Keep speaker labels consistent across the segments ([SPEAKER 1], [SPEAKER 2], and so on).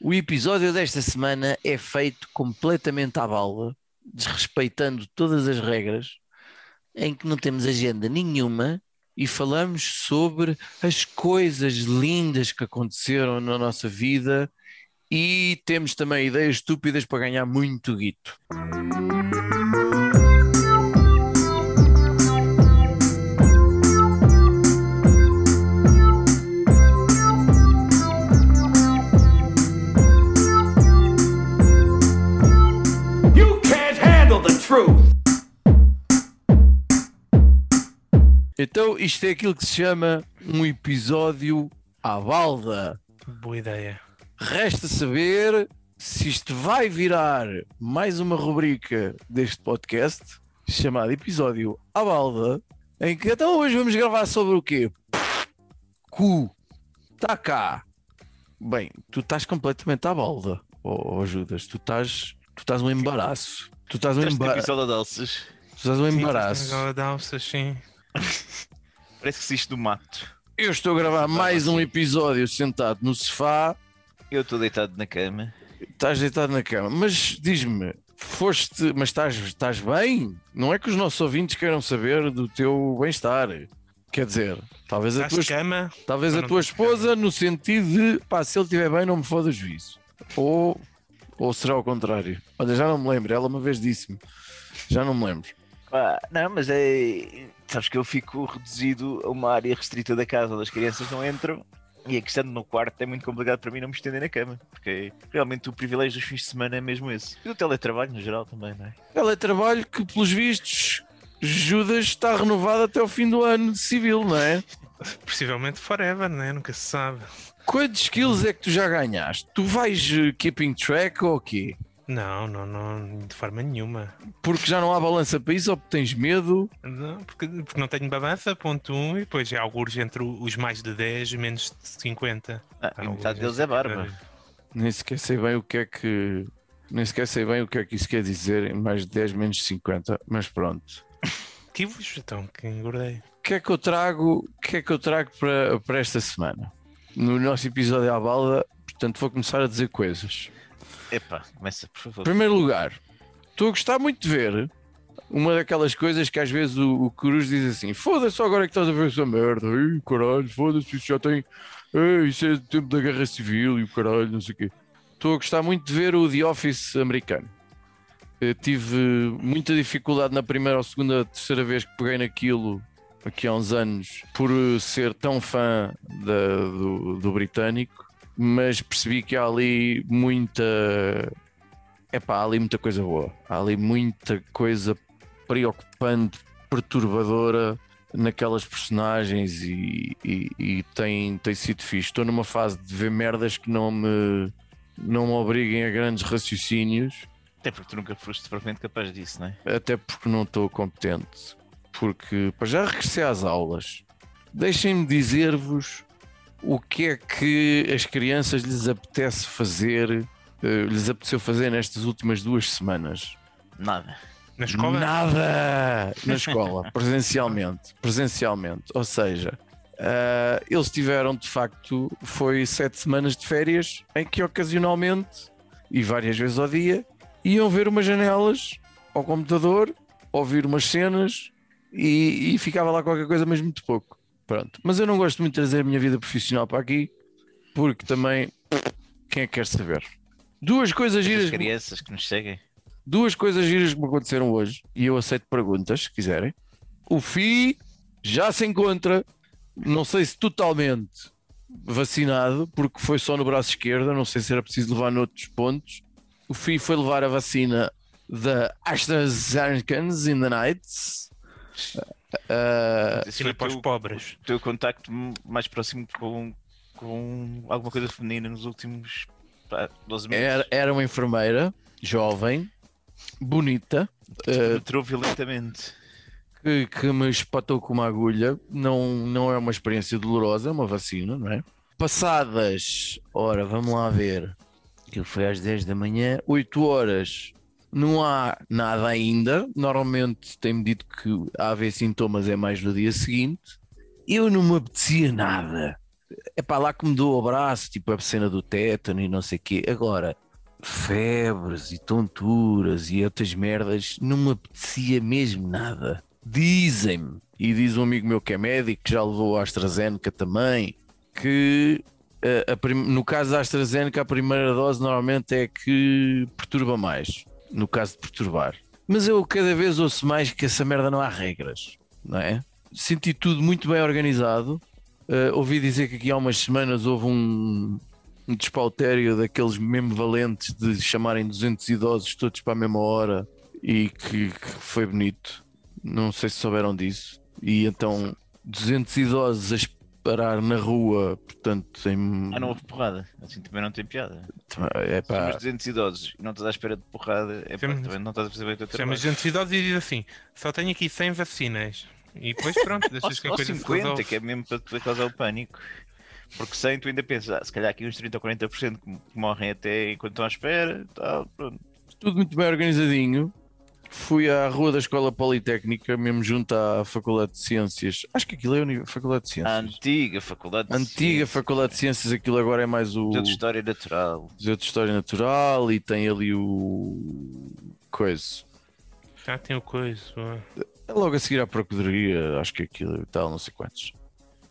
[SPEAKER 1] O episódio desta semana é feito completamente à balda, desrespeitando todas as regras, em que não temos agenda nenhuma e falamos sobre as coisas lindas que aconteceram na nossa vida e temos também ideias estúpidas para ganhar muito guito.
[SPEAKER 2] You can't handle the truth.
[SPEAKER 1] Então, isto é aquilo que se chama um episódio à balda.
[SPEAKER 3] Boa ideia.
[SPEAKER 1] Resta saber se isto vai virar mais uma rubrica deste podcast chamada Episódio à Balda, em que então hoje vamos gravar sobre o quê? Cu. Tá cá. Bem, tu estás completamente à balda, oh, oh Judas. Tu estás, tu estás um embaraço. Tu estás um,
[SPEAKER 4] Este
[SPEAKER 1] emba
[SPEAKER 4] episódio de alças
[SPEAKER 1] tu estás um embaraço.
[SPEAKER 3] Agora dá sim.
[SPEAKER 4] parece que saíste do mato.
[SPEAKER 1] Eu estou a gravar mais um episódio sentado no sofá
[SPEAKER 4] Eu estou deitado na cama.
[SPEAKER 1] Estás deitado na cama, mas diz-me, foste, mas estás, estás bem? Não é que os nossos ouvintes queiram saber do teu bem-estar. Quer dizer, talvez a
[SPEAKER 3] Estás
[SPEAKER 1] tua,
[SPEAKER 3] de cama?
[SPEAKER 1] talvez
[SPEAKER 3] Não,
[SPEAKER 1] a
[SPEAKER 3] é. não
[SPEAKER 1] tua
[SPEAKER 3] estás de cama.
[SPEAKER 1] esposa no sentido de, pá, se ele estiver bem não me foda o juízo. Ou, ou será ao contrário. Olha, já não me lembro, ela uma vez disse-me, já não me lembro.
[SPEAKER 4] Pá, não, mas é. Sabes que eu fico reduzido a uma área restrita da casa onde as crianças não entram. E é que estando no quarto é muito complicado para mim não me estender na cama, porque realmente o privilégio dos fins de semana é mesmo esse. E do teletrabalho no geral também, não é?
[SPEAKER 1] Teletrabalho que, pelos vistos, Judas está renovado até o fim do ano de civil, não é?
[SPEAKER 3] Possivelmente forever, né? Nunca se sabe.
[SPEAKER 1] Quantos quilos é que tu já ganhaste? Tu vais eh, keeping track ou o quê?
[SPEAKER 3] Não, não, não, de forma nenhuma.
[SPEAKER 1] Porque já não há balança para isso ou porque tens medo?
[SPEAKER 3] Não, porque, porque não tenho balança, ponto um, e depois há alguns entre o- os mais de 10 e menos de Eh, 50.
[SPEAKER 4] Ah,
[SPEAKER 3] Há
[SPEAKER 4] e
[SPEAKER 3] algures
[SPEAKER 4] metade deles é
[SPEAKER 3] entre-
[SPEAKER 4] barba.
[SPEAKER 1] Nem sequer sei bem o que é que. Nem sequer sei bem o que é que isso quer dizer em mais de 10 menos 50, mas pronto.
[SPEAKER 3] Quilos, então, que engordei.
[SPEAKER 1] O que é que eu trago, o que é que eu trago para, para esta semana? No nosso episódio à balda, portanto, vou começar a dizer coisas.
[SPEAKER 4] Epá, começa, por
[SPEAKER 1] Em
[SPEAKER 4] favor.
[SPEAKER 1] primeiro lugar, estou a gostar muito de ver uma daquelas coisas que às vezes o, o Cruz diz assim: foda-se só agora que estás a ver essa merda, Ih, caralho, foda-se, isso já tem. Ei, isso é do tempo da Guerra Civil e o caralho, não sei o quê. Estou a gostar muito de ver o The Office americano. Eh, tive muita dificuldade na primeira ou segunda, terceira vez que peguei naquilo, aqui há uns anos, por eh, ser tão fã da- do, do britânico, mas percebi que há ali muita Epá, há ali muita coisa boa. Há ali muita coisa preocupante, perturbadora naquelas personagens e, e- e tem, tem sido fixe. Estou numa fase de ver merdas que não me, não me obriguem a grandes raciocínios,
[SPEAKER 4] Até porque tu nunca foste propriamente capaz disso, não é?
[SPEAKER 1] até porque não estou competente. Porque para já regressei às aulas. Deixem-me dizer-vos o que é que as crianças lhes apetece fazer, eh, lhes apeteceu fazer nestas últimas duas semanas.
[SPEAKER 4] Nada.
[SPEAKER 3] Na escola?
[SPEAKER 1] Nada! Na escola, presencialmente. Presencialmente. Ou seja, ah, eles tiveram de facto, foi sete semanas de férias em que ocasionalmente, e várias vezes ao dia, iam ver umas janelas ao computador, ouvir umas cenas e, e ficava lá qualquer coisa, mas muito pouco. Pronto. Mas eu não gosto muito de trazer a minha vida profissional para aqui, porque também quem é que quer saber? Duas coisas giras.
[SPEAKER 4] As
[SPEAKER 1] que me-
[SPEAKER 4] crianças que nos seguem.
[SPEAKER 1] Duas coisas giras que me aconteceram hoje e eu aceito perguntas, se quiserem. O FI já se encontra, não sei se totalmente vacinado, porque foi só no braço esquerdo, não sei se era preciso levar noutros pontos. O FI foi levar a vacina da AstraZeneca in the night. Ah,
[SPEAKER 4] Esse
[SPEAKER 3] Ensina
[SPEAKER 4] foi
[SPEAKER 3] para os
[SPEAKER 4] o teu-
[SPEAKER 3] pobres.
[SPEAKER 4] o teu contacto mais próximo com, com alguma coisa feminina nos últimos pá, 12 meses.
[SPEAKER 1] era, era uma enfermeira jovem, bonita, ah,
[SPEAKER 4] Tipo, Entrou violentamente.
[SPEAKER 1] que, que me espatou com uma agulha. Não, não é uma experiência dolorosa, é uma vacina, não é? Passadas, ora, vamos lá ver. Aquilo foi às 10 da manhã, 8 horas. Não há nada ainda. Normalmente tem-me dito que há haver sintomas é mais no dia seguinte. Eu não me apetecia nada. é pá, lá que me dou o abraço, tipo a cena do tétano e não sei o quê. Agora, febres e tonturas e outras merdas, não me apetecia mesmo nada. Dizem-me, e diz um amigo meu que é médico, que já levou a AstraZeneca também, que eh, a prim- no caso da AstraZeneca, a primeira dose normalmente é que perturba mais. No caso de perturbar. Mas eu cada vez ouço mais que essa merda não há regras, não é? Senti tudo muito bem organizado. Eh, ouvi dizer que aqui há umas semanas houve um, um despautério daqueles mesmo valentes de chamarem 200 idosos todos para a mesma hora e que, que foi bonito. Não sei se souberam disso. E então 200 idosos a parar na rua, portanto, em.
[SPEAKER 4] Ah, não houve porrada. Assim também não tem piada.
[SPEAKER 1] É
[SPEAKER 4] Se temos
[SPEAKER 1] pá,
[SPEAKER 4] 200 idosos e não estás à espera de porrada, é pá,
[SPEAKER 3] Sim.
[SPEAKER 4] também não estás a perceber o teu trabalho.
[SPEAKER 3] Chamas gente idosa e diz assim: só tenho aqui 100 vacinas. E depois pronto,
[SPEAKER 4] Ou,
[SPEAKER 3] deixas que a
[SPEAKER 4] ou
[SPEAKER 3] coisa
[SPEAKER 4] 50,
[SPEAKER 3] se
[SPEAKER 4] que é mesmo para te causar o pânico. Porque 100 tu ainda pensas, ah, se calhar aqui uns 30 ou 40% que que morrem até enquanto estão à espera, tal, pronto.
[SPEAKER 1] tudo muito bem organizadinho. Fui à rua da Escola Politécnica, mesmo junto à Faculdade de Ciências. Acho que aquilo é a uni- Faculdade de
[SPEAKER 4] A
[SPEAKER 1] Ciências.
[SPEAKER 4] antiga faculdade de
[SPEAKER 1] Antiga Faculdade de Ciências, aquilo agora é mais o.
[SPEAKER 4] Museu de História Natural.
[SPEAKER 1] Museu de História Natural e tem ali o. Coisa.
[SPEAKER 3] Já tem o coisa. boa.
[SPEAKER 1] É Logo a seguir à Procuradoria, acho que aquilo e tal, não sei quantos.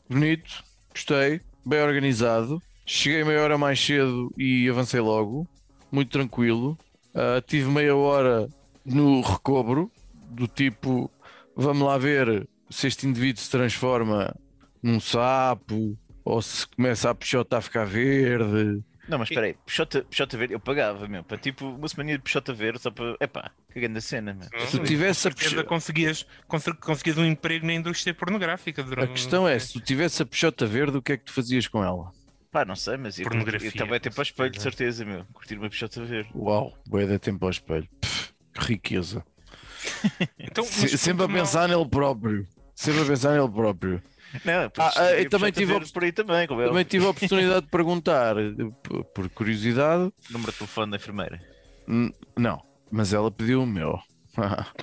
[SPEAKER 1] Bonito, gostei, bem organizado. Cheguei meia hora mais cedo e avancei logo, muito tranquilo. Ah, tive meia hora no recobro, do tipo, vamos lá ver se este indivíduo se transforma num sapo ou se começa a pichota a ficar verde.
[SPEAKER 4] Não, mas espera aí, Peixota, Peixota Verde, eu pagava, meu, para tipo uma semana de Peixota Verde só para. Epá, que grande cena, meu.
[SPEAKER 1] Se tu
[SPEAKER 3] Com
[SPEAKER 1] tivesse a
[SPEAKER 3] certeza
[SPEAKER 1] pichota.
[SPEAKER 3] Hum. conseguias, conse- conseguias um emprego na indústria pornográfica.
[SPEAKER 1] A
[SPEAKER 3] durante-
[SPEAKER 1] questão é, se tu tivesse a pichota verde, o que é que tu fazias com ela?
[SPEAKER 4] Pá, não sei, mas eu,
[SPEAKER 3] Pornografia,
[SPEAKER 4] eu também até para o espelho, de
[SPEAKER 3] não sei.
[SPEAKER 4] certeza, meu. Curtir uma Peixota Verde.
[SPEAKER 1] Uau, boa da tempo ao espelho. Pff, que riqueza.
[SPEAKER 3] Então, mas
[SPEAKER 1] Se- sempre a
[SPEAKER 3] conta-me lá-
[SPEAKER 1] pensar nele próprio. Sempre a pensar nele próprio.
[SPEAKER 4] Não,
[SPEAKER 1] Ah, ah, eu também tive a
[SPEAKER 4] a por aí também, como é
[SPEAKER 1] Também
[SPEAKER 4] o
[SPEAKER 1] tive a oportunidade de perguntar, p- por curiosidade.
[SPEAKER 4] número de telefone da enfermeira.
[SPEAKER 1] N- Não, mas ela pediu o meu.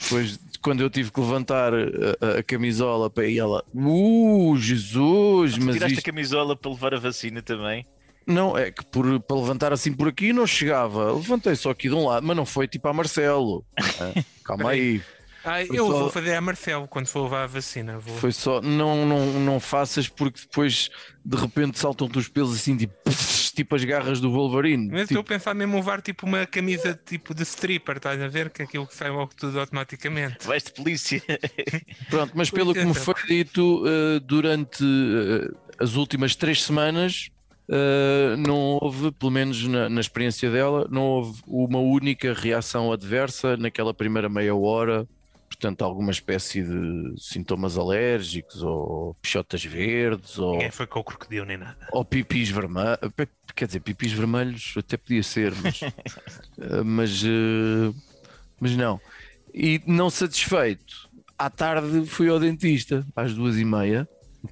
[SPEAKER 1] Depois, quando eu tive que levantar a, a- a camisola para e ela, uh, Jesus,
[SPEAKER 4] Tu
[SPEAKER 1] mas
[SPEAKER 4] tiraste
[SPEAKER 1] isto.
[SPEAKER 4] a camisola para levar a vacina também.
[SPEAKER 1] Não, é que por, para levantar assim por aqui não chegava. Levantei só aqui de um lado, mas não foi tipo a Marcelo. Ah, Calma aí.
[SPEAKER 3] Ah,
[SPEAKER 1] Foi
[SPEAKER 3] eu
[SPEAKER 1] só-
[SPEAKER 3] vou fazer a Marcelo quando for levar a vacina. Vou.
[SPEAKER 1] Foi só, não, não, não faças porque depois de repente saltam-te os pelos assim, tipo, tipo as garras do Wolverine.
[SPEAKER 3] Mas
[SPEAKER 1] Tipo,
[SPEAKER 3] estou a pensar mesmo em levar tipo uma camisa tipo de stripper, estás a ver? Que é aquilo que sai logo tudo automaticamente.
[SPEAKER 4] Vais de polícia.
[SPEAKER 1] Pronto, mas pelo que
[SPEAKER 3] é.
[SPEAKER 1] me foi dito, eh, durante eh, as últimas três semanas, eh, não houve, pelo menos na, na experiência dela, não houve uma única reação adversa naquela primeira meia hora. Portanto, alguma espécie de sintomas alérgicos, ou pichotas verdes, ou,
[SPEAKER 3] Ninguém foi com o crocodilo nem nada.
[SPEAKER 1] ou pipis vermelhos. Quer dizer, pipis vermelhos até podia ser, mas. eh, mas, eh, mas não. E não satisfeito, à tarde fui ao dentista, às duas e meia,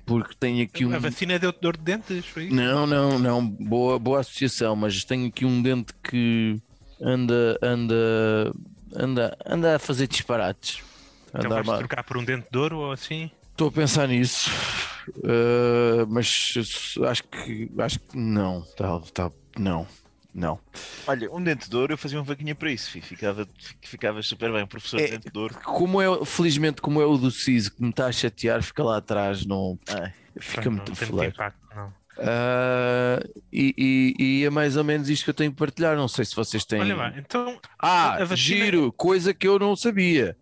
[SPEAKER 1] porque tenho aqui um.
[SPEAKER 3] A vacina deu-te dor de dentes, foi isso?
[SPEAKER 1] Não, não, não, boa, boa associação, mas tenho aqui um dente que anda, anda, anda, anda a fazer disparates.
[SPEAKER 3] Então
[SPEAKER 1] Anda a
[SPEAKER 3] vais
[SPEAKER 1] armar-
[SPEAKER 3] trocar por um dente de ouro ou assim?
[SPEAKER 1] Estou a pensar nisso, eh, mas acho que, acho que não, tá, tá, não, não.
[SPEAKER 4] Olha, um dente de ouro, eu fazia uma vaquinha para isso, fi. ficava, ficava super bem, um professor
[SPEAKER 1] É.
[SPEAKER 4] de dente de ouro.
[SPEAKER 1] Como é, felizmente, como é o do CIS que me está a chatear, fica lá atrás, não.
[SPEAKER 4] Ai.
[SPEAKER 1] Fica
[SPEAKER 3] Pronto,
[SPEAKER 1] muito
[SPEAKER 3] não tem
[SPEAKER 1] fuleiro.
[SPEAKER 3] impacto, não.
[SPEAKER 1] Ah, e, e- e é mais ou menos isto que eu tenho que partilhar. Não sei se vocês têm.
[SPEAKER 3] Olha lá, então
[SPEAKER 1] ah,
[SPEAKER 3] a vacina-
[SPEAKER 1] giro, coisa que eu não sabia.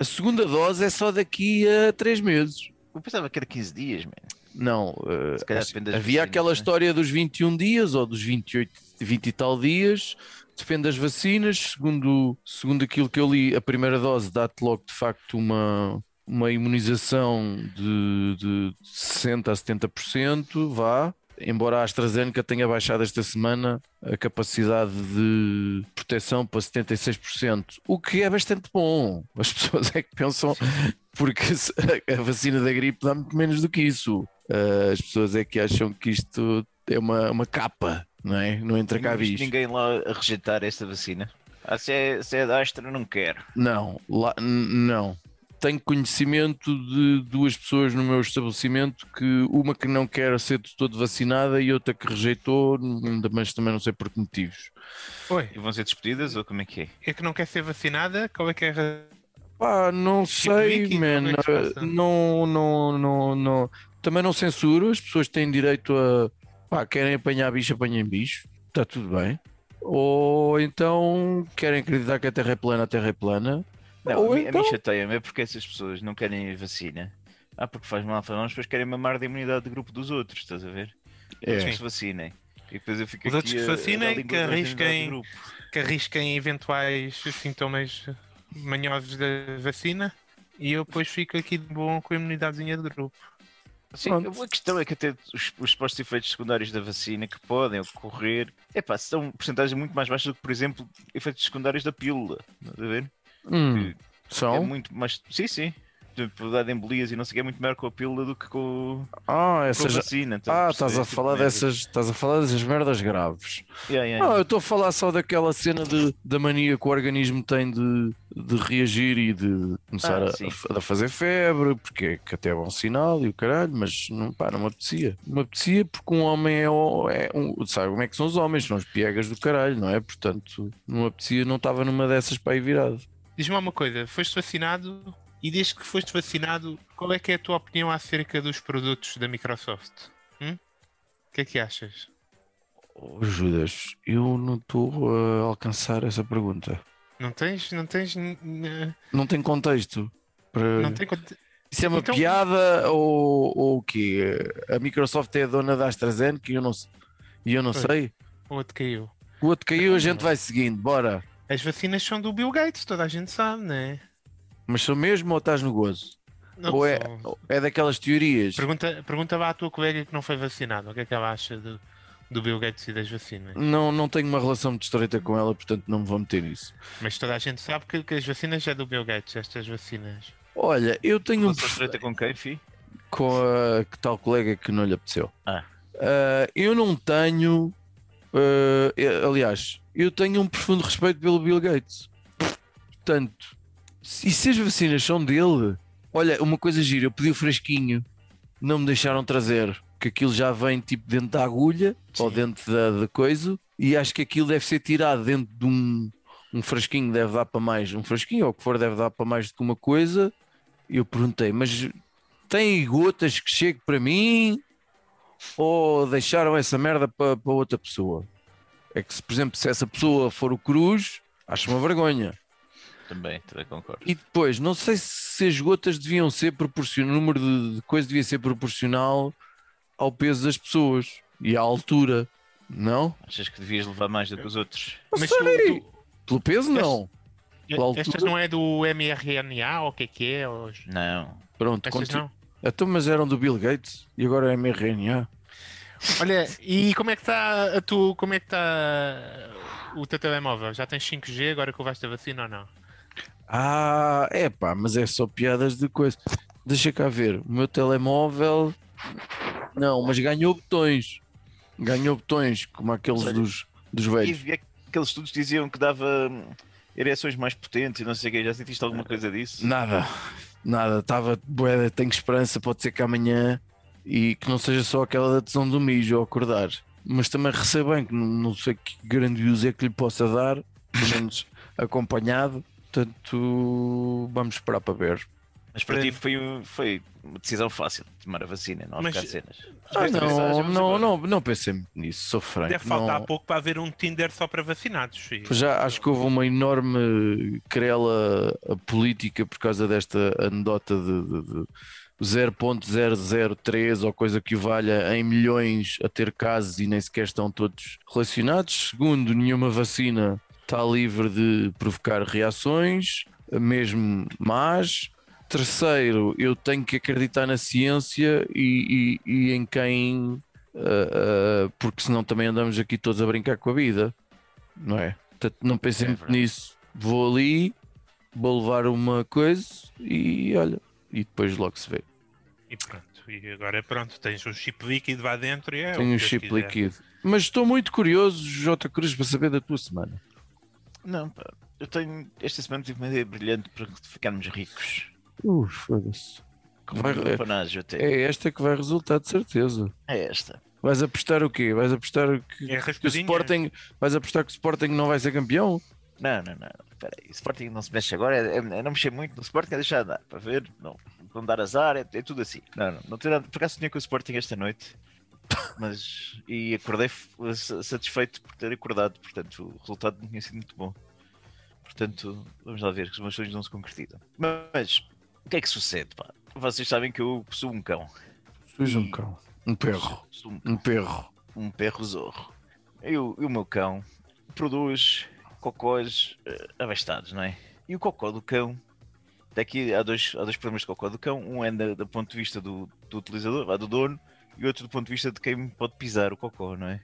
[SPEAKER 1] A segunda dose é só daqui a três meses.
[SPEAKER 4] Eu pensava que era 15 dias, man.
[SPEAKER 1] Não, ah,
[SPEAKER 4] Se calhar
[SPEAKER 1] acho-
[SPEAKER 4] depende das
[SPEAKER 1] havia
[SPEAKER 4] vacinas,
[SPEAKER 1] aquela
[SPEAKER 4] né?
[SPEAKER 1] história dos 21 dias ou dos 28, 20 e tal dias, depende das vacinas. Segundo, segundo aquilo que eu li, a primeira dose dá-te logo de facto uma, uma imunização de, de 60% a 70%, vá. Embora a AstraZeneca tenha baixado esta semana a capacidade de proteção para 76%, o que é bastante bom. As pessoas é que pensam, porque se- a vacina da gripe dá muito menos do que isso. Ah, as pessoas é que acham que isto é uma, uma capa, não é? Não entra cá
[SPEAKER 4] Nunca viste
[SPEAKER 1] bicho.
[SPEAKER 4] ninguém lá a rejeitar esta vacina. Ah, se é, se é da Astra, não quero.
[SPEAKER 1] Não, lá, n- não. tenho conhecimento de duas pessoas no meu estabelecimento que uma que não quer ser de todo vacinada e outra que rejeitou, ainda- mas também não sei por que motivos.
[SPEAKER 3] Oi,
[SPEAKER 4] E vão ser despedidas ou como é que é?
[SPEAKER 3] é que não quer ser vacinada? Qual é que é a razão?
[SPEAKER 1] Pá, não
[SPEAKER 3] Tipo
[SPEAKER 1] sei,
[SPEAKER 3] Mickey,
[SPEAKER 1] man. eh,
[SPEAKER 3] como é que se passa?
[SPEAKER 1] Não, não, não, não. Também não censuro, as pessoas têm direito a. Pá, querem apanhar bicho, apanhem bicho, está tudo bem. Ou então querem acreditar que a Terra é plana, a Terra é plana.
[SPEAKER 4] Não,
[SPEAKER 1] Ou
[SPEAKER 4] a, mim- a
[SPEAKER 1] então-
[SPEAKER 4] mim chateia-me é porque essas pessoas não querem a vacina. Ah, porque faz mal, faz mal, mas depois querem mamar da imunidade do grupo dos outros, estás a ver?
[SPEAKER 1] É.
[SPEAKER 4] Os que se vacinem. E depois eu fico
[SPEAKER 3] Os outros
[SPEAKER 4] aqui
[SPEAKER 3] que se
[SPEAKER 4] a- a
[SPEAKER 3] vacinem,
[SPEAKER 4] dar língua
[SPEAKER 3] que
[SPEAKER 4] da imunidade do
[SPEAKER 3] arrisquem-
[SPEAKER 4] grupo.
[SPEAKER 3] Que arrisquem eventuais sintomas manhosos da vacina e eu depois fico aqui de bom com a imunidadezinha de grupo.
[SPEAKER 4] Sim,
[SPEAKER 1] Pronto.
[SPEAKER 4] a questão é que até os, os supostos efeitos secundários da vacina que podem ocorrer, é pá, são porcentagens muito mais baixas do que, por exemplo, efeitos secundários da pílula. Estás a ver?
[SPEAKER 1] Hum,
[SPEAKER 4] É
[SPEAKER 1] são?
[SPEAKER 4] muito mais. Sim, sim. A probabilidade de embolias e não sei o que é muito maior com a pílula do que com, com
[SPEAKER 1] Ah,
[SPEAKER 4] a
[SPEAKER 1] essas.
[SPEAKER 4] vacina. estás
[SPEAKER 1] Ah,
[SPEAKER 4] perceber?
[SPEAKER 1] estás a
[SPEAKER 4] Tipo, é,
[SPEAKER 1] falar
[SPEAKER 4] merda.
[SPEAKER 1] dessas. Estás a falar dessas merdas graves.
[SPEAKER 4] Yeah, yeah.
[SPEAKER 1] Não, eu estou a falar só daquela cena de, da mania que o organismo tem de, de reagir e de começar
[SPEAKER 4] Ah,
[SPEAKER 1] a-
[SPEAKER 4] sim.
[SPEAKER 1] a, fazer febre, porque é que até é bom sinal e o caralho, mas não, pá, não me apetecia. Não me apetecia porque um homem é, o- é um, sabe como é que são os homens, são os piegas do caralho, não é? Portanto, não me apetecia, não estava numa dessas para aí virado.
[SPEAKER 3] Diz-me uma coisa, foste vacinado e desde que foste vacinado, qual é que é a tua opinião acerca dos produtos da Microsoft? Hum? O que é que achas?
[SPEAKER 1] Oh, Judas, eu não estou a alcançar essa pergunta.
[SPEAKER 3] Não tens, não tens, n- n-
[SPEAKER 1] Não tem contexto. Para...
[SPEAKER 3] não tem conte-
[SPEAKER 1] Isso é uma
[SPEAKER 3] Então-
[SPEAKER 1] piada ou, ou o quê? A Microsoft é a dona da AstraZeneca e eu não, se- e eu não
[SPEAKER 3] Pois.
[SPEAKER 1] sei.
[SPEAKER 3] O outro caiu.
[SPEAKER 1] O outro caiu, a gente vai seguindo, bora.
[SPEAKER 3] As vacinas são do Bill Gates, toda a gente sabe, né?
[SPEAKER 1] Mas sou mesmo ou estás no gozo?
[SPEAKER 3] não
[SPEAKER 1] ou é,
[SPEAKER 3] sou.
[SPEAKER 1] é daquelas teorias?
[SPEAKER 3] Pergunta, pergunta lá à tua colega que não foi vacinada, o que é que ela acha do, do Bill Gates e das vacinas?
[SPEAKER 1] Não, não tenho uma relação muito estreita com ela, portanto não me vou meter nisso.
[SPEAKER 3] Mas toda a gente sabe que, que as vacinas é do Bill Gates, estas vacinas.
[SPEAKER 1] Olha, eu tenho um
[SPEAKER 4] Relação
[SPEAKER 1] perfil-
[SPEAKER 4] estreita com quem, fi?
[SPEAKER 1] com a que tal colega que não lhe apeteceu.
[SPEAKER 4] Ah.
[SPEAKER 1] Ah, eu não tenho. ah, eh, aliás, eu tenho um profundo respeito pelo Bill Gates. Portanto, se- e se as vacinas são dele? Olha, uma coisa gira, eu pedi o fresquinho, não me deixaram trazer, que aquilo já vem tipo dentro da agulha ou dentro da, da coisa, e acho que aquilo deve ser tirado dentro de um, um frasquinho, deve dar para mais, um frasquinho ou o que for, deve dar para mais do que uma coisa. Eu perguntei, mas tem gotas que chegue para mim ou deixaram essa merda para, para outra pessoa? É que, se, por exemplo, se essa pessoa for o Cruz, acho uma vergonha.
[SPEAKER 4] Também, também concordo.
[SPEAKER 1] E depois, não sei se as gotas deviam ser proporcional, o número de, de coisas devia ser proporcional ao peso das pessoas e à altura, não?
[SPEAKER 4] Achas que devias levar mais do que os outros?
[SPEAKER 1] Não
[SPEAKER 3] Mas tu-
[SPEAKER 1] sei.
[SPEAKER 3] tu-
[SPEAKER 1] Pelo peso, não. Pela altura?
[SPEAKER 3] estas não é do mRNA ou o que é que é? Ou...
[SPEAKER 4] Não.
[SPEAKER 1] Pronto,
[SPEAKER 3] Estas
[SPEAKER 1] continua.
[SPEAKER 3] não.
[SPEAKER 1] Então, mas eram do Bill Gates e agora é mRNA.
[SPEAKER 3] Olha, e como é que está a tu, como é que está o teu telemóvel? Já tens 5G agora que levaste a vacina ou não?
[SPEAKER 1] Ah, é pá, mas é só piadas de coisa. Deixa cá ver, o meu telemóvel. Não, mas ganhou botões. Ganhou botões, como aqueles
[SPEAKER 4] Olha,
[SPEAKER 1] dos, dos
[SPEAKER 4] E
[SPEAKER 1] velhos.
[SPEAKER 4] havia aqueles estudos que diziam que dava hum, ereções mais potentes e não sei o que. Já sentiste alguma coisa disso?
[SPEAKER 1] Nada, nada. Estava boeda, tenho esperança, pode ser que amanhã e que não seja só aquela da tesão do mijo ao acordar. Mas também recebo bem que não, não sei que grande uso é que lhe possa dar, pelo menos acompanhado. Portanto, vamos esperar para ver.
[SPEAKER 4] Mas para ti foi, um- foi uma decisão fácil de tomar a vacina, não há
[SPEAKER 3] Mas-
[SPEAKER 4] bocado de cenas.
[SPEAKER 1] Ah,
[SPEAKER 4] Mas também sabes,
[SPEAKER 1] não,
[SPEAKER 4] vamos
[SPEAKER 1] não,
[SPEAKER 4] embora.
[SPEAKER 1] não, não pensei muito nisso, sou franco.
[SPEAKER 3] Deve faltar
[SPEAKER 1] não.
[SPEAKER 3] pouco para haver um Tinder só para vacinados. filho.
[SPEAKER 1] Já acho que houve uma enorme querela política por causa desta anedota de, de- de 0.003 ou coisa que o valha em milhões a ter casos e nem sequer estão todos relacionados. Segundo, nenhuma vacina está livre de provocar reações, mesmo más. Terceiro, eu tenho que acreditar na ciência e, e- e em quem, ah, ah, porque senão também andamos aqui todos a brincar com a vida, não é? Portanto, não pensei
[SPEAKER 4] É
[SPEAKER 1] muito
[SPEAKER 4] verdade.
[SPEAKER 1] nisso. Vou ali, vou levar uma coisa e olha, e depois logo
[SPEAKER 3] É
[SPEAKER 1] se vê.
[SPEAKER 3] E pronto, e agora pronto, tens um chip líquido lá dentro e é. o
[SPEAKER 1] Tenho um
[SPEAKER 3] que Deus
[SPEAKER 1] chip
[SPEAKER 3] quiser.
[SPEAKER 1] líquido. Mas estou muito curioso, J. Cruz, para saber da tua semana.
[SPEAKER 4] Não, pá. Eu tenho. Esta semana tive uma ideia brilhante para ficarmos ricos.
[SPEAKER 1] Uh, foda-se.
[SPEAKER 4] Como
[SPEAKER 1] Vai-
[SPEAKER 4] um panágio até.
[SPEAKER 1] É esta que vai resultar, de certeza.
[SPEAKER 4] É esta.
[SPEAKER 1] Vais apostar o quê? Vais apostar que,
[SPEAKER 3] É
[SPEAKER 1] que o
[SPEAKER 3] raspadinha.
[SPEAKER 1] Sporting. Vais apostar que o Sporting não vai ser campeão?
[SPEAKER 4] Não, não, não. Espera aí. O Sporting não se mexe agora. É, é- é não mexer muito no Sporting, é deixar andar. Para ver, não. Não dar azar, é, é tudo assim. Não, não. Não tem nada. Por acaso tinha com o Sporting esta noite. Mas. E acordei f- sa- satisfeito por ter acordado. Portanto, o resultado não tinha sido muito bom. Portanto, vamos lá ver que os meus sonhos não se concretizam. Mas. O que é que sucede, pá? Vocês sabem que eu sou um cão.
[SPEAKER 1] Sois um cão. Um perro.
[SPEAKER 4] Sou um
[SPEAKER 1] Um perro.
[SPEAKER 4] um perro zorro. E o, e o meu cão produz cocós eh, abastados, não é? E o cocó do cão. Daqui há dois, há dois problemas de cocó do cão. Um é da- do ponto de vista do, do utilizador, vá, do dono, e outro do ponto de vista de quem pode pisar o cocó, não é?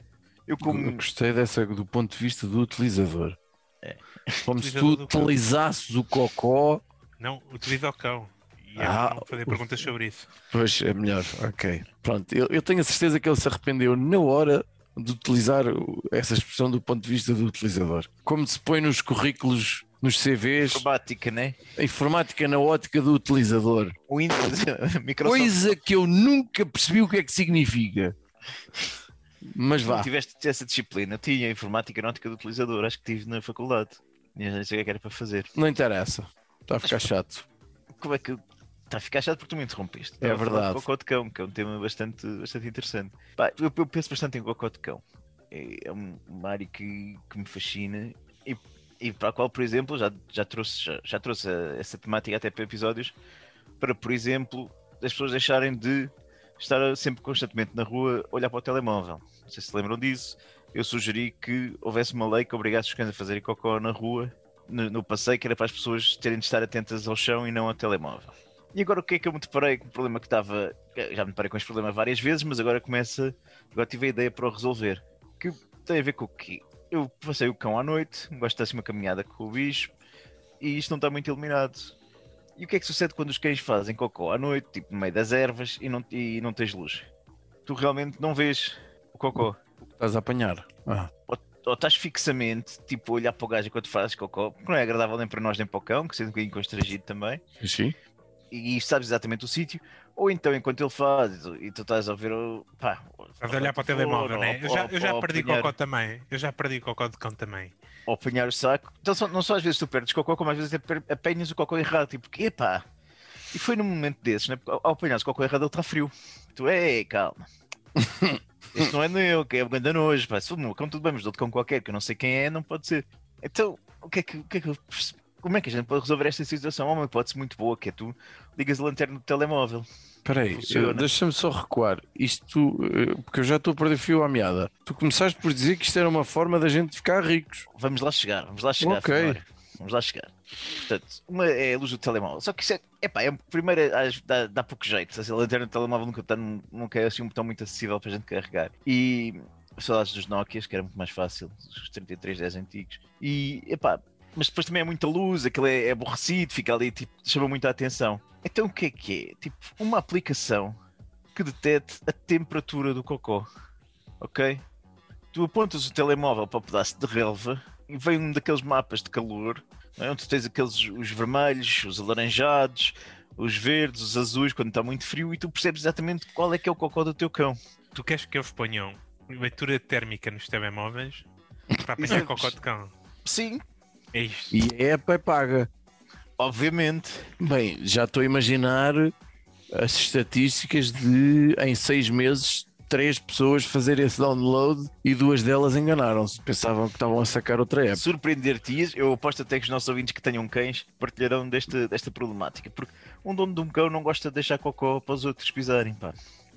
[SPEAKER 4] Eu
[SPEAKER 1] Eu
[SPEAKER 4] como.
[SPEAKER 1] gostei dessa do ponto de vista do utilizador.
[SPEAKER 4] É.
[SPEAKER 1] Como se tu
[SPEAKER 3] Utilizador do cão.
[SPEAKER 1] utilizasses o cocó.
[SPEAKER 3] Não, utiliza o cão. E é
[SPEAKER 1] Ah,
[SPEAKER 3] não fazer perguntas sobre isso.
[SPEAKER 1] Pois é melhor, ok. Pronto, eu, eu tenho a certeza que ele se arrependeu na hora de utilizar o- essa expressão do ponto de vista do utilizador. Como se põe nos currículos, nos CVs,
[SPEAKER 4] Informática, né?
[SPEAKER 1] a informática na ótica do utilizador.
[SPEAKER 4] O Windows, Microsoft.
[SPEAKER 1] Coisa que eu nunca percebi o que é que significa. Mas
[SPEAKER 4] Não
[SPEAKER 1] é, vá,
[SPEAKER 4] tiveste essa disciplina. Eu tinha informática e náutica do utilizador, acho que tive na faculdade. E eu Já não sei o que é que era para fazer.
[SPEAKER 1] não interessa. Está a ficar chato.
[SPEAKER 4] como é que. Está a ficar chato porque tu me interrompeste.
[SPEAKER 1] É
[SPEAKER 4] Estava a falar
[SPEAKER 1] verdade.
[SPEAKER 4] de Cocó de Cão, que é um tema bastante, bastante interessante. Pá, eu, eu penso bastante em Cocó de Cão. É, é um- uma área que, que me fascina e, e para a qual, por exemplo, já, já trouxe, já, já trouxe a- essa temática até para episódios para, por exemplo, as pessoas deixarem de estar sempre constantemente na rua a olhar para o telemóvel. Não sei se se lembram disso. Eu sugeri que houvesse uma lei que obrigasse os cães a fazerem cocó na rua, no, no passeio, que era para as pessoas terem de estar atentas ao chão e não ao telemóvel. E agora o que é que eu me deparei com o problema que estava. Já me deparei com este problema várias vezes, mas agora começa. Agora tive a ideia para o resolver. Que tem a ver com o quê? Eu passei o cão à noite, gosto de dar assim uma caminhada com o bicho, e isto não está muito iluminado. E o que é que sucede quando os cães fazem cocó à noite, tipo no meio das ervas, e não, e não tens luz? Tu realmente não vês o cocó.
[SPEAKER 1] Estás a apanhar. Ah,
[SPEAKER 4] Ou estás fixamente, tipo, a olhar para o gajo enquanto fazes cocó, que não é agradável nem para nós nem para o cão, que sendo um bocadinho constrangido também
[SPEAKER 1] sim.
[SPEAKER 4] e sabes exatamente o sítio, ou então enquanto ele faz e tu estás a ver o. Pá,
[SPEAKER 3] Estás a olhar para o telemóvel, né? Eu já, eu já perdi
[SPEAKER 4] apanhar,
[SPEAKER 3] cocó também. Eu já perdi cocó de cão também.
[SPEAKER 4] Ou apanhar o saco. Então só- não só às vezes tu perdes cocó, como às vezes até per- apanhas o cocó errado, tipo, epá. E foi num momento desses, né? Porque ao- ao apanhares o cocó errado ele está frio. Tu, é, calma. Isto não é meu, que é o grande nojo, pá. Se o meu cão, tudo bem, mas dou-te cão qualquer, que eu não sei quem é, não pode ser. Então, o que é que, o que, é que eu perce- Como é que a gente pode resolver esta situação? Há uma hipótese muito boa que é tu ligas a lanterna do telemóvel.
[SPEAKER 1] Espera aí,
[SPEAKER 4] Funciona.
[SPEAKER 1] eh, deixa-me só recuar. Isto, eh, porque eu já estou a perder fio à meada. Tu começaste por dizer que isto era uma forma da gente ficar ricos.
[SPEAKER 4] Vamos lá chegar, vamos lá chegar.
[SPEAKER 1] Ok.
[SPEAKER 4] Fernando. Vamos lá chegar. Portanto, uma é a luz do telemóvel. Só que isso é, epá, é primeiro às- dá, dá pouco jeito. Assim, A lanterna do telemóvel nunca, tá num- nunca é assim um botão muito acessível para a gente carregar. E saudades dos Nokias, que era muito mais fácil, os 3310 antigos. E epá, mas depois também é muita luz, aquilo é, é aborrecido, fica ali, tipo, chama muita atenção. Então o que é que é? Tipo, uma aplicação que detete a temperatura do cocô. Ok? Tu apontas o telemóvel para o pedaço de relva e vem um daqueles mapas de calor, não é? onde tu tens aqueles os vermelhos, os alaranjados, os verdes, os azuis, quando está muito frio, e tu percebes exatamente qual é que é o cocó do teu cão.
[SPEAKER 3] Tu queres que eles ponham leitura térmica nos telemóveis para apanhar
[SPEAKER 4] Isso.
[SPEAKER 3] cocó de cão?
[SPEAKER 4] Sim,
[SPEAKER 3] É isto.
[SPEAKER 1] E a app é paga.
[SPEAKER 4] obviamente.
[SPEAKER 1] Bem, já estou a imaginar as estatísticas de em seis meses três pessoas fazerem esse download e duas delas enganaram-se. Pensavam que estavam a sacar outra app.
[SPEAKER 4] Surpreender-te, eu aposto até que os nossos ouvintes que tenham cães partilharão desta, desta problemática, porque um dono de um cão não gosta de deixar cocó para os outros pisarem, pá.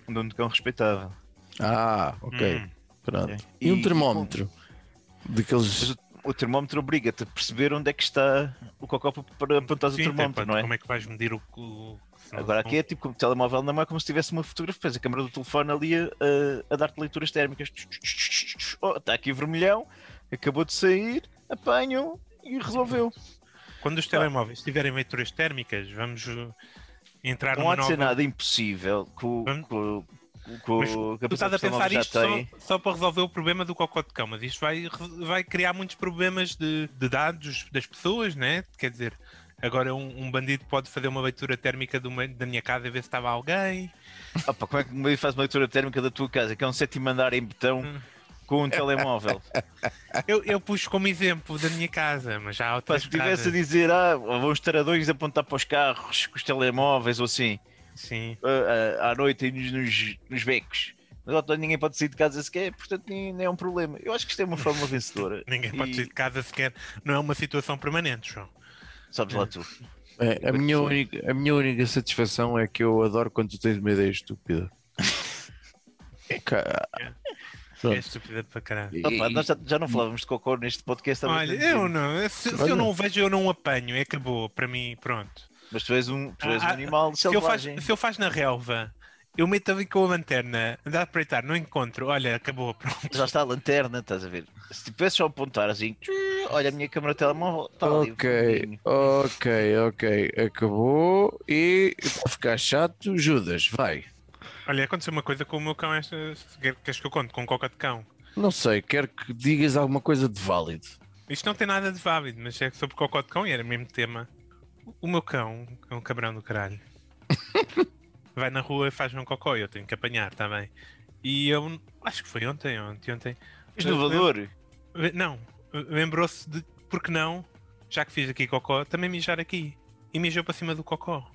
[SPEAKER 4] Um dono de cão respeitável.
[SPEAKER 1] Ah, ok.
[SPEAKER 3] Hum.
[SPEAKER 1] Pronto.
[SPEAKER 4] Ok.
[SPEAKER 1] E, um
[SPEAKER 4] E-
[SPEAKER 1] termómetro?
[SPEAKER 4] Mas
[SPEAKER 1] Daqueles.
[SPEAKER 4] o termómetro obriga-te a perceber onde é que está o cocó para- para apontar o
[SPEAKER 3] Sim,
[SPEAKER 4] termómetro,
[SPEAKER 3] tem,
[SPEAKER 4] não é?
[SPEAKER 3] Como é que vais medir o. o se não-
[SPEAKER 4] Agora
[SPEAKER 3] se
[SPEAKER 4] aqui é tipo como o telemóvel na mão, é como se tivesse uma fotografia, depois a câmera do telefone ali a, a- a dar-te leituras térmicas. Está aqui vermelhão, acabou de sair, apanham e resolveu.
[SPEAKER 3] não- Quando os telemóveis tiverem leituras térmicas, vamos uh, entrar
[SPEAKER 4] Não
[SPEAKER 3] numa
[SPEAKER 4] há de ser
[SPEAKER 3] nova.
[SPEAKER 4] nada impossível com,
[SPEAKER 3] Vamos-
[SPEAKER 4] com, com,
[SPEAKER 3] Mas
[SPEAKER 4] com
[SPEAKER 3] Tu estás
[SPEAKER 4] pessoa
[SPEAKER 3] a pensar
[SPEAKER 4] já
[SPEAKER 3] isto só,
[SPEAKER 4] tem.
[SPEAKER 3] só para resolver o problema do cocó de cão, mas isto vai, vai criar muitos problemas de, de dados das pessoas, né? Quer dizer, Agora um, um bandido pode fazer uma leitura térmica do meu- da minha casa e ver se estava alguém.
[SPEAKER 4] Opa, como é que um bandido faz uma leitura térmica da tua casa, que é um sétimo andar em betão
[SPEAKER 3] Hum.
[SPEAKER 4] com um telemóvel?
[SPEAKER 3] Eu, eu puxo como exemplo da minha casa, mas já há
[SPEAKER 4] Pá,
[SPEAKER 3] outras
[SPEAKER 4] se tivesse a
[SPEAKER 3] casas.
[SPEAKER 4] dizer, ah, vão os taradões apontar para os carros, com os telemóveis ou assim,
[SPEAKER 3] Sim.
[SPEAKER 4] ah, ah, à noite e nos, nos, nos becos. Mas ó, ninguém pode sair de casa sequer, portanto nem, nem é um problema. Eu acho que isto é uma forma vencedora.
[SPEAKER 3] Ninguém pode
[SPEAKER 4] E-
[SPEAKER 3] sair de casa sequer. Não é uma situação permanente, João.
[SPEAKER 4] Sabes lá tu.
[SPEAKER 1] É, a, minha única, a minha única satisfação é que eu adoro quando tu tens uma ideia estúpida. Ca-
[SPEAKER 3] É
[SPEAKER 1] Pronto.
[SPEAKER 3] estúpida para caralho.
[SPEAKER 4] Opa, nós já, já não falávamos de cocô neste podcast há
[SPEAKER 3] Olha,
[SPEAKER 4] bastante
[SPEAKER 3] eu
[SPEAKER 4] tempo.
[SPEAKER 3] não. Se, se
[SPEAKER 1] Olha.
[SPEAKER 3] eu não o vejo, eu não o apanho. É acabou. Para mim, pronto.
[SPEAKER 4] Mas tu és um, tu és um
[SPEAKER 3] Ah, ah,
[SPEAKER 4] animal
[SPEAKER 3] Se eu, faz,
[SPEAKER 4] selvagem.
[SPEAKER 3] se eu faz na relva, eu meto ali com a lanterna, andar a espreitar, não encontro. Olha, acabou. Pronto.
[SPEAKER 4] Já está a lanterna, estás a ver? Se tivesse só apontar assim, tchu, olha a minha câmara de telemóvel, está ali.
[SPEAKER 1] Ok, ok, ok. Acabou e para ficar chato, Judas, vai.
[SPEAKER 3] Olha, aconteceu uma coisa com o meu cão. Esta, quer- queres que eu conte? Com coca de cão.
[SPEAKER 1] Não sei, quero que digas alguma coisa de válido.
[SPEAKER 3] Isto não tem nada de válido, mas é sobre cocó de cão e era o mesmo tema. O meu cão, que é um cabrão do caralho, vai na rua e faz um cocó e eu tenho que apanhar, está bem? E eu, acho que foi ontem, ontem, ontem.
[SPEAKER 4] Inovador.
[SPEAKER 3] Lem- Não, lembrou-se de, porque não, já que fiz aqui cocó, também mijar aqui. E mijou para cima do cocó.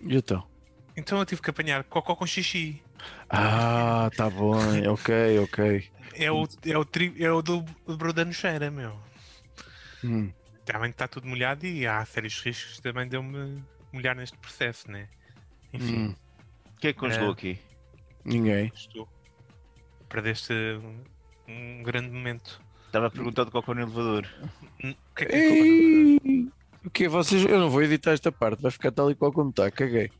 [SPEAKER 1] E então?
[SPEAKER 3] Então eu tive que apanhar cocó com xixi.
[SPEAKER 1] Ah, tá bom, ok, ok.
[SPEAKER 3] É o, é o, tri, é o do dobro da nocheira, meu.
[SPEAKER 1] Hum.
[SPEAKER 3] também está tudo molhado e há sérios riscos também de eu me molhar neste processo, né? Enfim,
[SPEAKER 1] Hum,
[SPEAKER 4] Quem é que congelou
[SPEAKER 3] É.
[SPEAKER 4] aqui?
[SPEAKER 1] ninguém.
[SPEAKER 3] estou. Perdeste um- um grande momento.
[SPEAKER 4] Estava a perguntar de cocô no elevador.
[SPEAKER 3] Hum, O que é que é que-
[SPEAKER 1] Ei, O que vocês? Eu não vou editar esta parte, vai ficar tal e qual como está, caguei.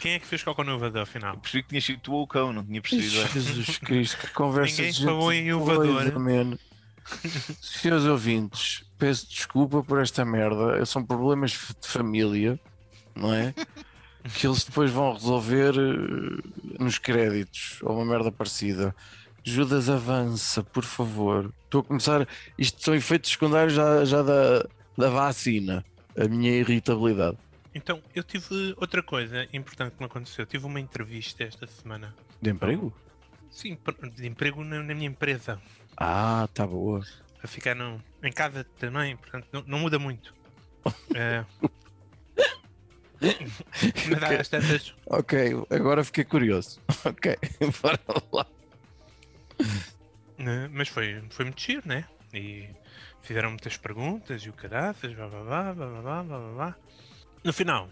[SPEAKER 3] Quem é que fez Coco no elevador, afinal?
[SPEAKER 4] Percebi que tinha sido tu ou o cão, não tinha percebido.
[SPEAKER 1] Jesus Cristo, que conversa
[SPEAKER 3] Ninguém
[SPEAKER 1] de gente
[SPEAKER 3] falou em elevador. né?
[SPEAKER 1] doida, man. Senhores ouvintes, peço desculpa por esta merda. São problemas f- de família, não é? Que eles depois vão resolver eh, nos créditos ou uma merda parecida. Judas, avança, por favor. Estou a começar. Isto são efeitos secundários já, já da, da vacina. A minha irritabilidade.
[SPEAKER 3] Então, eu tive outra coisa importante que me aconteceu. Tive uma entrevista esta semana.
[SPEAKER 1] De emprego?
[SPEAKER 3] Sim, pr- de emprego na, na minha empresa.
[SPEAKER 1] Ah, tá boa.
[SPEAKER 3] Para ficar no- em casa também, portanto, não, não muda muito. É. Mas há às tantas.
[SPEAKER 1] Ok, agora fiquei curioso. Ok, bora lá.
[SPEAKER 3] Né? Mas foi, foi muito giro, né? E fizeram muitas perguntas e o caraças, blá blá blá blá blá blá blá blá. No final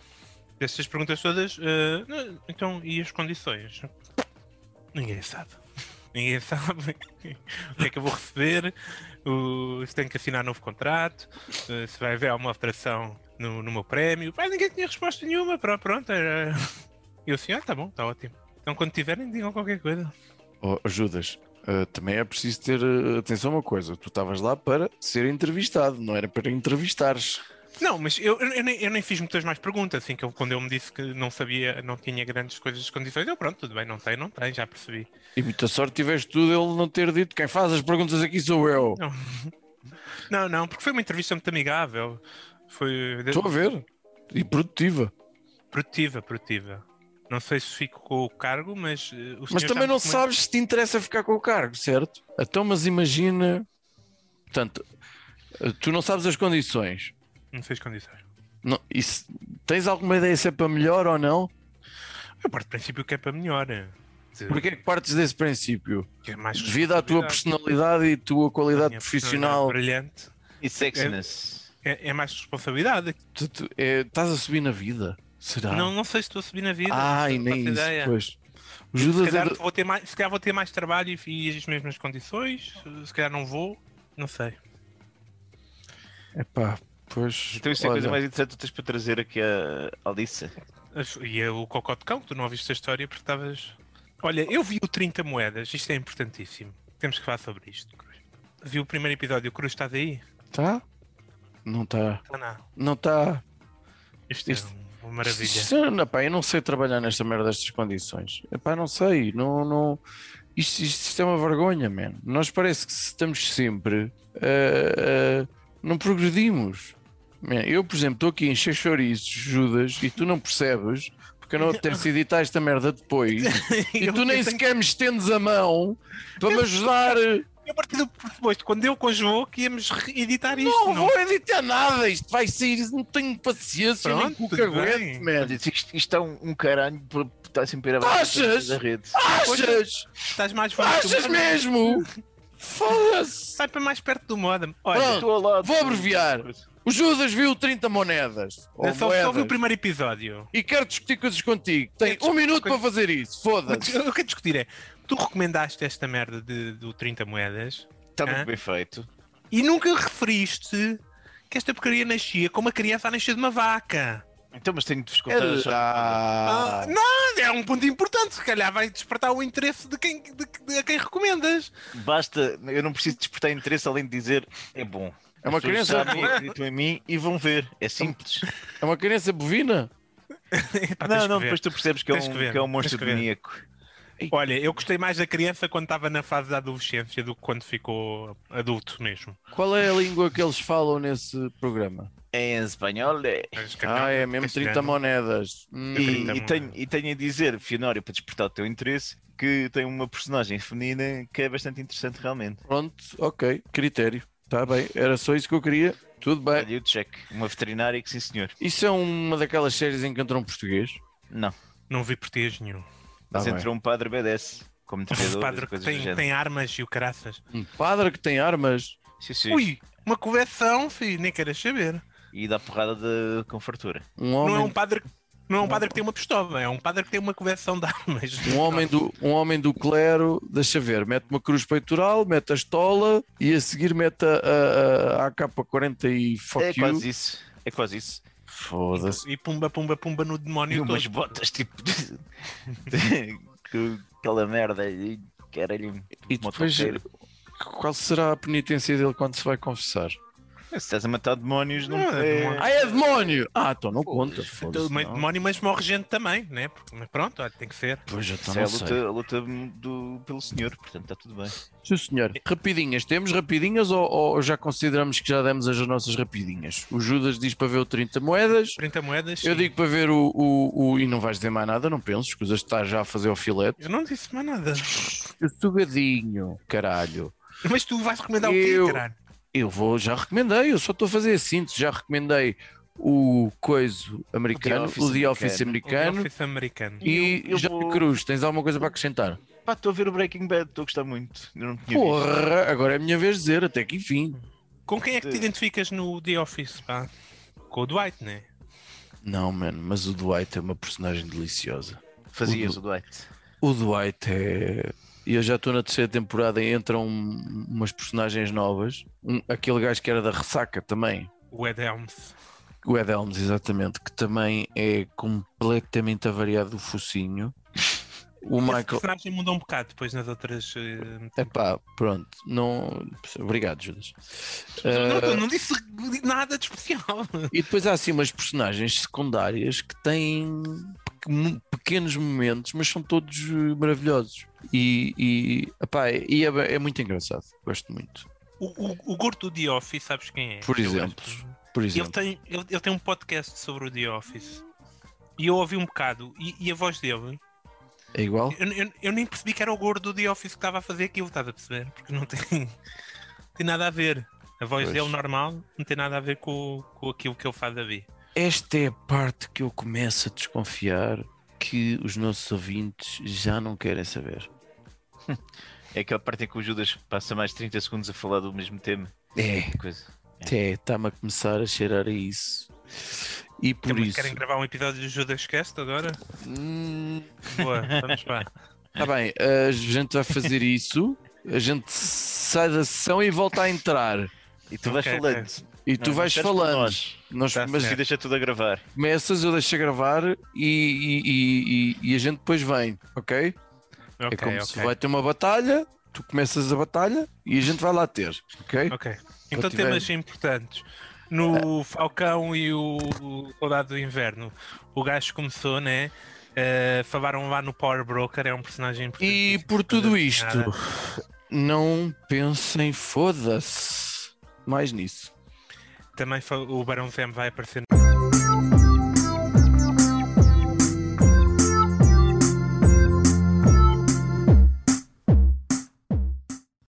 [SPEAKER 3] destas perguntas todas, eh, não, então e as condições? Ninguém sabe. Ninguém sabe o que é que eu vou receber, o- se tenho que assinar novo contrato, eh, se vai haver alguma alteração no, no meu prémio. Pá, ninguém tinha resposta nenhuma, pró- pronto. Era... E eu assim, ah, tá bom, tá ótimo. Então quando tiverem, digam qualquer coisa.
[SPEAKER 1] Oh, Judas, eh, também é preciso ter eh, atenção a uma coisa. Tu estavas lá para ser entrevistado, não era para entrevistares.
[SPEAKER 3] Não, mas eu, eu, eu nem, eu nem fiz muitas mais perguntas, assim, que eu, quando eu me disse que não sabia, não tinha grandes coisas de condições, eu pronto, tudo bem, não tem, não tem, já percebi.
[SPEAKER 1] E muita sorte tiveste tudo ele não ter dito quem faz as perguntas aqui sou eu.
[SPEAKER 3] Não, não, não, porque foi uma entrevista muito amigável, foi de-
[SPEAKER 1] Estou a ver. E produtiva.
[SPEAKER 3] produtiva, produtiva. Não sei se fico com o cargo, mas eh, o
[SPEAKER 1] Mas também
[SPEAKER 3] senhor já me
[SPEAKER 1] não
[SPEAKER 3] recomendou-
[SPEAKER 1] sabes se te interessa ficar com o cargo, certo? Então, mas imagina. Portanto, eh, tu não sabes as condições.
[SPEAKER 3] Não sei as condições.
[SPEAKER 1] Não, e se- tens alguma ideia se é para melhor ou não?
[SPEAKER 3] Eu parto do princípio que é para melhor. eh, de-
[SPEAKER 1] Porquê é que partes desse princípio?
[SPEAKER 3] que é mais
[SPEAKER 1] Devido à tua
[SPEAKER 3] responsabilidade.
[SPEAKER 1] personalidade e tua
[SPEAKER 3] A
[SPEAKER 1] qualidade
[SPEAKER 3] minha
[SPEAKER 1] profissional.
[SPEAKER 3] personalidade Brilhante.
[SPEAKER 4] E sexiness.
[SPEAKER 3] É, é mais responsabilidade.
[SPEAKER 1] Tu, tu- é, estás a subir na vida? Será?
[SPEAKER 3] Não, não sei se estou a subir na vida.
[SPEAKER 1] Ai,
[SPEAKER 3] não
[SPEAKER 1] Ah, nem
[SPEAKER 3] faço
[SPEAKER 1] isso.
[SPEAKER 3] ideia.
[SPEAKER 1] Pois. O
[SPEAKER 3] Se
[SPEAKER 1] Judas é
[SPEAKER 3] calhar,
[SPEAKER 1] do-
[SPEAKER 3] vou ter mais, se calhar vou ter mais trabalho e- e as mesmas condições. Se calhar não vou. Não sei.
[SPEAKER 1] Epá, pois.
[SPEAKER 4] Então isso é a coisa
[SPEAKER 1] olha,
[SPEAKER 4] mais interessante que tu tens para trazer aqui à Alice.
[SPEAKER 3] As- E é o Cocó de Cão, que tu não ouviste a história porque estavas. Olha, eu vi o 30 Moedas, isto é importantíssimo. Temos que falar sobre isto, Cruz. Vi o primeiro episódio, Cruz está daí?
[SPEAKER 1] Tá? Não está.
[SPEAKER 3] Está não.
[SPEAKER 1] Não tá. está.
[SPEAKER 3] Isto,
[SPEAKER 1] Isto-
[SPEAKER 3] é uma maravilha.
[SPEAKER 1] Epá, eu não sei trabalhar nesta merda destas condições. Epá, não sei. Não, não... Isto, isto- isto é uma vergonha, man. Nós parece que estamos sempre. ah, ah, não eh, progredimos. Man, eu, por exemplo, estou aqui a encher chouriços, Judas, e tu não percebes, porque eu não apetece editar esta merda depois, e
[SPEAKER 3] Eu-
[SPEAKER 1] tu
[SPEAKER 3] eu
[SPEAKER 1] nem
[SPEAKER 3] tenho-
[SPEAKER 1] sequer me estendes a mão para me ajudar.
[SPEAKER 3] Eu parti do pressuposto, quando eu conjugou que íamos re- editar isto.
[SPEAKER 1] Não vou editar nada, isto vai sair, não tenho paciência, nem
[SPEAKER 3] Pronto,
[SPEAKER 1] cu que
[SPEAKER 3] tudo
[SPEAKER 1] aguento,
[SPEAKER 3] bem.
[SPEAKER 1] man.
[SPEAKER 4] Olha, Isto, isto é um, um caralho para estar sempre a
[SPEAKER 1] Achas?
[SPEAKER 4] da rede.
[SPEAKER 3] é.
[SPEAKER 1] Achas?
[SPEAKER 3] Estás mais forte do
[SPEAKER 1] Achas
[SPEAKER 3] modem.
[SPEAKER 1] mesmo? Foda-se!
[SPEAKER 3] Sai para mais perto do modem. Olha,
[SPEAKER 1] Pronto.
[SPEAKER 4] Estou ao lado.
[SPEAKER 1] Vou abreviar. O Judas viu 30 monedas. ou
[SPEAKER 3] eu É só, só vi o
[SPEAKER 1] Oh, moedas,
[SPEAKER 3] primeiro episódio.
[SPEAKER 1] E quero discutir coisas contigo. Tem
[SPEAKER 3] Quero
[SPEAKER 1] um
[SPEAKER 3] discutir
[SPEAKER 1] minuto para
[SPEAKER 3] coisas-
[SPEAKER 1] fazer isso. Foda-se.
[SPEAKER 3] O que eu discutir é, tu recomendaste esta merda de, do 30 moedas
[SPEAKER 4] Está Tá
[SPEAKER 3] Hã?
[SPEAKER 4] muito bem feito.
[SPEAKER 3] e nunca referiste que esta porcaria nascia como uma criança a nascer de uma vaca.
[SPEAKER 4] Então, mas tenho de vos contar.
[SPEAKER 1] Era-
[SPEAKER 4] só-
[SPEAKER 1] Ah,
[SPEAKER 3] Ah, não, é um ponto importante, se calhar vai despertar o interesse de quem, de, de- a quem recomendas.
[SPEAKER 4] Basta, eu não preciso despertar interesse além de dizer é bom.
[SPEAKER 1] É uma
[SPEAKER 4] As pessoas
[SPEAKER 1] criança-
[SPEAKER 4] sabem, acreditam em mim e vão ver.
[SPEAKER 3] Então,
[SPEAKER 4] É simples.
[SPEAKER 1] É uma criança bovina?
[SPEAKER 3] Epá, tens
[SPEAKER 4] não,
[SPEAKER 3] que
[SPEAKER 4] não,
[SPEAKER 3] ver.
[SPEAKER 4] depois tu percebes que é
[SPEAKER 3] Tens
[SPEAKER 4] um,
[SPEAKER 3] que ver,
[SPEAKER 4] que é um
[SPEAKER 3] tens
[SPEAKER 4] monstro
[SPEAKER 3] que ver.
[SPEAKER 4] demoníaco.
[SPEAKER 3] Olha, eu gostei mais da criança quando estava na fase da adolescência do que quando ficou adulto mesmo.
[SPEAKER 1] Qual é a língua que eles falam nesse programa?
[SPEAKER 4] É em espanhol. é.
[SPEAKER 3] Mas,
[SPEAKER 1] Ah, é mesmo 30
[SPEAKER 3] castelhano.
[SPEAKER 1] monedas. Hum,
[SPEAKER 3] É
[SPEAKER 4] E,
[SPEAKER 3] 30
[SPEAKER 4] e tenho, e tenho a dizer, Fionório, para despertar o teu interesse, que tem uma personagem feminina que é bastante interessante realmente.
[SPEAKER 1] Pronto, ok. Critério. Está bem. Era só isso que eu queria. Tudo
[SPEAKER 3] É.
[SPEAKER 1] bem.
[SPEAKER 4] Olha, o check. Uma veterinária que sim senhor.
[SPEAKER 1] Isso é uma daquelas séries em que entrou um português?
[SPEAKER 4] Não.
[SPEAKER 3] Não vi português nenhum.
[SPEAKER 1] Tá
[SPEAKER 4] mas
[SPEAKER 1] bem.
[SPEAKER 4] entrou um padre BDS como
[SPEAKER 3] O
[SPEAKER 4] treinador.
[SPEAKER 3] padre que
[SPEAKER 4] coisas do
[SPEAKER 3] tem,
[SPEAKER 4] género.
[SPEAKER 3] tem armas e o caraças.
[SPEAKER 1] Um padre que tem armas?
[SPEAKER 4] Sim, sim.
[SPEAKER 3] Ui, uma coleção, filho, nem queres saber.
[SPEAKER 4] E dá porrada de... com fartura.
[SPEAKER 1] Um
[SPEAKER 3] Não é
[SPEAKER 1] homem
[SPEAKER 3] um padre. Não é um padre que tem uma pistola, é um padre que tem uma coleção de armas.
[SPEAKER 1] Um homem, do, um homem do clero, deixa ver, mete uma cruz peitoral, mete a estola e a seguir mete a, a, a AK-40 e fuck
[SPEAKER 4] é
[SPEAKER 1] you.
[SPEAKER 4] quase isso. É quase isso.
[SPEAKER 1] Foda-se.
[SPEAKER 3] E pumba, pumba, pumba no
[SPEAKER 4] E
[SPEAKER 3] demónio
[SPEAKER 4] umas
[SPEAKER 3] todo.
[SPEAKER 4] botas tipo. de- de- que- Aquela merda. E caralho.
[SPEAKER 1] E depois,
[SPEAKER 4] motoqueiro.
[SPEAKER 1] qual será a penitência dele quando se vai confessar?
[SPEAKER 4] Se estás a matar demónios, não,
[SPEAKER 3] Não, é
[SPEAKER 4] é.
[SPEAKER 3] demónio.
[SPEAKER 1] Ah, é demónio! Ah, então não conta.
[SPEAKER 3] Todo
[SPEAKER 1] Foda-se.
[SPEAKER 3] meio
[SPEAKER 1] não.
[SPEAKER 3] demónio, mas morre gente também, né? Porque- Mas pronto, olha, tem que ser.
[SPEAKER 1] Pois, então
[SPEAKER 4] Isso é a
[SPEAKER 1] não
[SPEAKER 4] luta,
[SPEAKER 1] sei.
[SPEAKER 4] a luta do, pelo senhor, portanto está tudo bem.
[SPEAKER 1] Sim, senhor. Rapidinhas, temos rapidinhas ou, ou já consideramos que já demos as nossas rapidinhas? O Judas diz para ver o 30 moedas.
[SPEAKER 3] 30 moedas.
[SPEAKER 1] Eu
[SPEAKER 3] sim.
[SPEAKER 1] digo para ver o, o, o- E não vais dizer mais nada, não penses, que estás já a fazer o filete.
[SPEAKER 3] Eu não disse mais nada.
[SPEAKER 1] Eu sugadinho, caralho.
[SPEAKER 3] Mas tu vais recomendar
[SPEAKER 1] Eu-
[SPEAKER 3] o quê, caralho?
[SPEAKER 1] Eu vou, já recomendei, eu só estou a fazer a síntese. Já recomendei o coiso americano,
[SPEAKER 4] Office
[SPEAKER 1] o The Office
[SPEAKER 3] O
[SPEAKER 1] americano.
[SPEAKER 3] Office americano.
[SPEAKER 1] E
[SPEAKER 4] Eu- eu
[SPEAKER 1] Jack
[SPEAKER 4] vou-
[SPEAKER 1] Cruz, tens alguma coisa para acrescentar?
[SPEAKER 4] Pá, estou a ver o Breaking Bad, estou a gostar muito. Eu não tinha visto.
[SPEAKER 1] Porra, agora é a minha vez de dizer, até que enfim.
[SPEAKER 3] Com quem é que te identificas no The Office, pá? Com o Dwight, né?
[SPEAKER 1] Não, mano, mas o Dwight é uma personagem deliciosa.
[SPEAKER 4] Fazias
[SPEAKER 1] O
[SPEAKER 4] o Dwight.
[SPEAKER 1] O Dwight é. E eu já estou na terceira temporada e entram um- umas personagens novas. Um- aquele gajo que era da ressaca também.
[SPEAKER 3] O Ed Helms.
[SPEAKER 1] O Ed Helms, exatamente, que também é completamente avariado do focinho. O
[SPEAKER 3] Esse
[SPEAKER 1] Michael.
[SPEAKER 3] personagem mudou um bocado depois nas outras. eh,
[SPEAKER 1] Epá, pronto. Não... Obrigado, Judas.
[SPEAKER 3] Não,
[SPEAKER 1] Ah,
[SPEAKER 3] tu não disse nada de especial.
[SPEAKER 1] e depois há assim umas personagens secundárias que têm pequ- pequenos momentos, mas são todos eh, maravilhosos. E, e, epá, e é, é muito engraçado. Gosto muito.
[SPEAKER 3] O, o, o gordo do The Office, sabes quem é?
[SPEAKER 1] Por
[SPEAKER 3] Eu
[SPEAKER 1] exemplo,
[SPEAKER 3] gosto.
[SPEAKER 1] Por
[SPEAKER 3] Ele
[SPEAKER 1] exemplo,
[SPEAKER 3] tem, ele, ele tem um podcast sobre o The Office. E eu ouvi um bocado. E, e a voz dele,
[SPEAKER 1] é igual?
[SPEAKER 3] eu, eu- eu nem percebi que era o gordo do The Office que estava a fazer aquilo, estás a perceber? Porque não tem, tem nada a ver. A voz
[SPEAKER 1] Pois.
[SPEAKER 3] dele normal não tem nada a ver com, com aquilo que ele faz a ver.
[SPEAKER 1] Esta é a parte que eu começo a desconfiar que os nossos ouvintes já não querem saber.
[SPEAKER 4] É aquela parte em que o Judas passa mais 30 segundos a falar do mesmo tema.
[SPEAKER 1] É,
[SPEAKER 4] Coisa.
[SPEAKER 1] até está-me a começar a cheirar a isso. E por
[SPEAKER 3] Também
[SPEAKER 1] isso.
[SPEAKER 3] Querem gravar um episódio do Judas Cast agora?
[SPEAKER 1] Hum,
[SPEAKER 3] Boa, vamos lá.
[SPEAKER 1] tá bem, a gente vai fazer isso. A gente sai da sessão e volta a entrar.
[SPEAKER 4] E tu vais
[SPEAKER 3] Ok,
[SPEAKER 4] falando.
[SPEAKER 1] E tu
[SPEAKER 4] Não,
[SPEAKER 1] vais
[SPEAKER 4] mas esperas por
[SPEAKER 1] falando.
[SPEAKER 4] nós.
[SPEAKER 1] Nós,
[SPEAKER 3] Tá
[SPEAKER 1] mas
[SPEAKER 4] Mas que deixa tudo a gravar.
[SPEAKER 1] começas, eu deixo a gravar e, e- e- e- e a gente depois vem, ok?
[SPEAKER 3] Ok,
[SPEAKER 1] é como
[SPEAKER 3] ok.
[SPEAKER 1] se vai ter uma batalha, tu começas a batalha e a gente vai lá ter, ok?
[SPEAKER 3] Ok. Então
[SPEAKER 1] tiver-
[SPEAKER 3] temas importantes. No Falcão e o Soldado do Inverno, o gajo começou, né? eh, falaram lá no Power Broker, é um personagem importante.
[SPEAKER 1] E por tudo isto, não pensem, foda-se, mais nisso.
[SPEAKER 3] Também fa- o Barão Zemo vai aparecer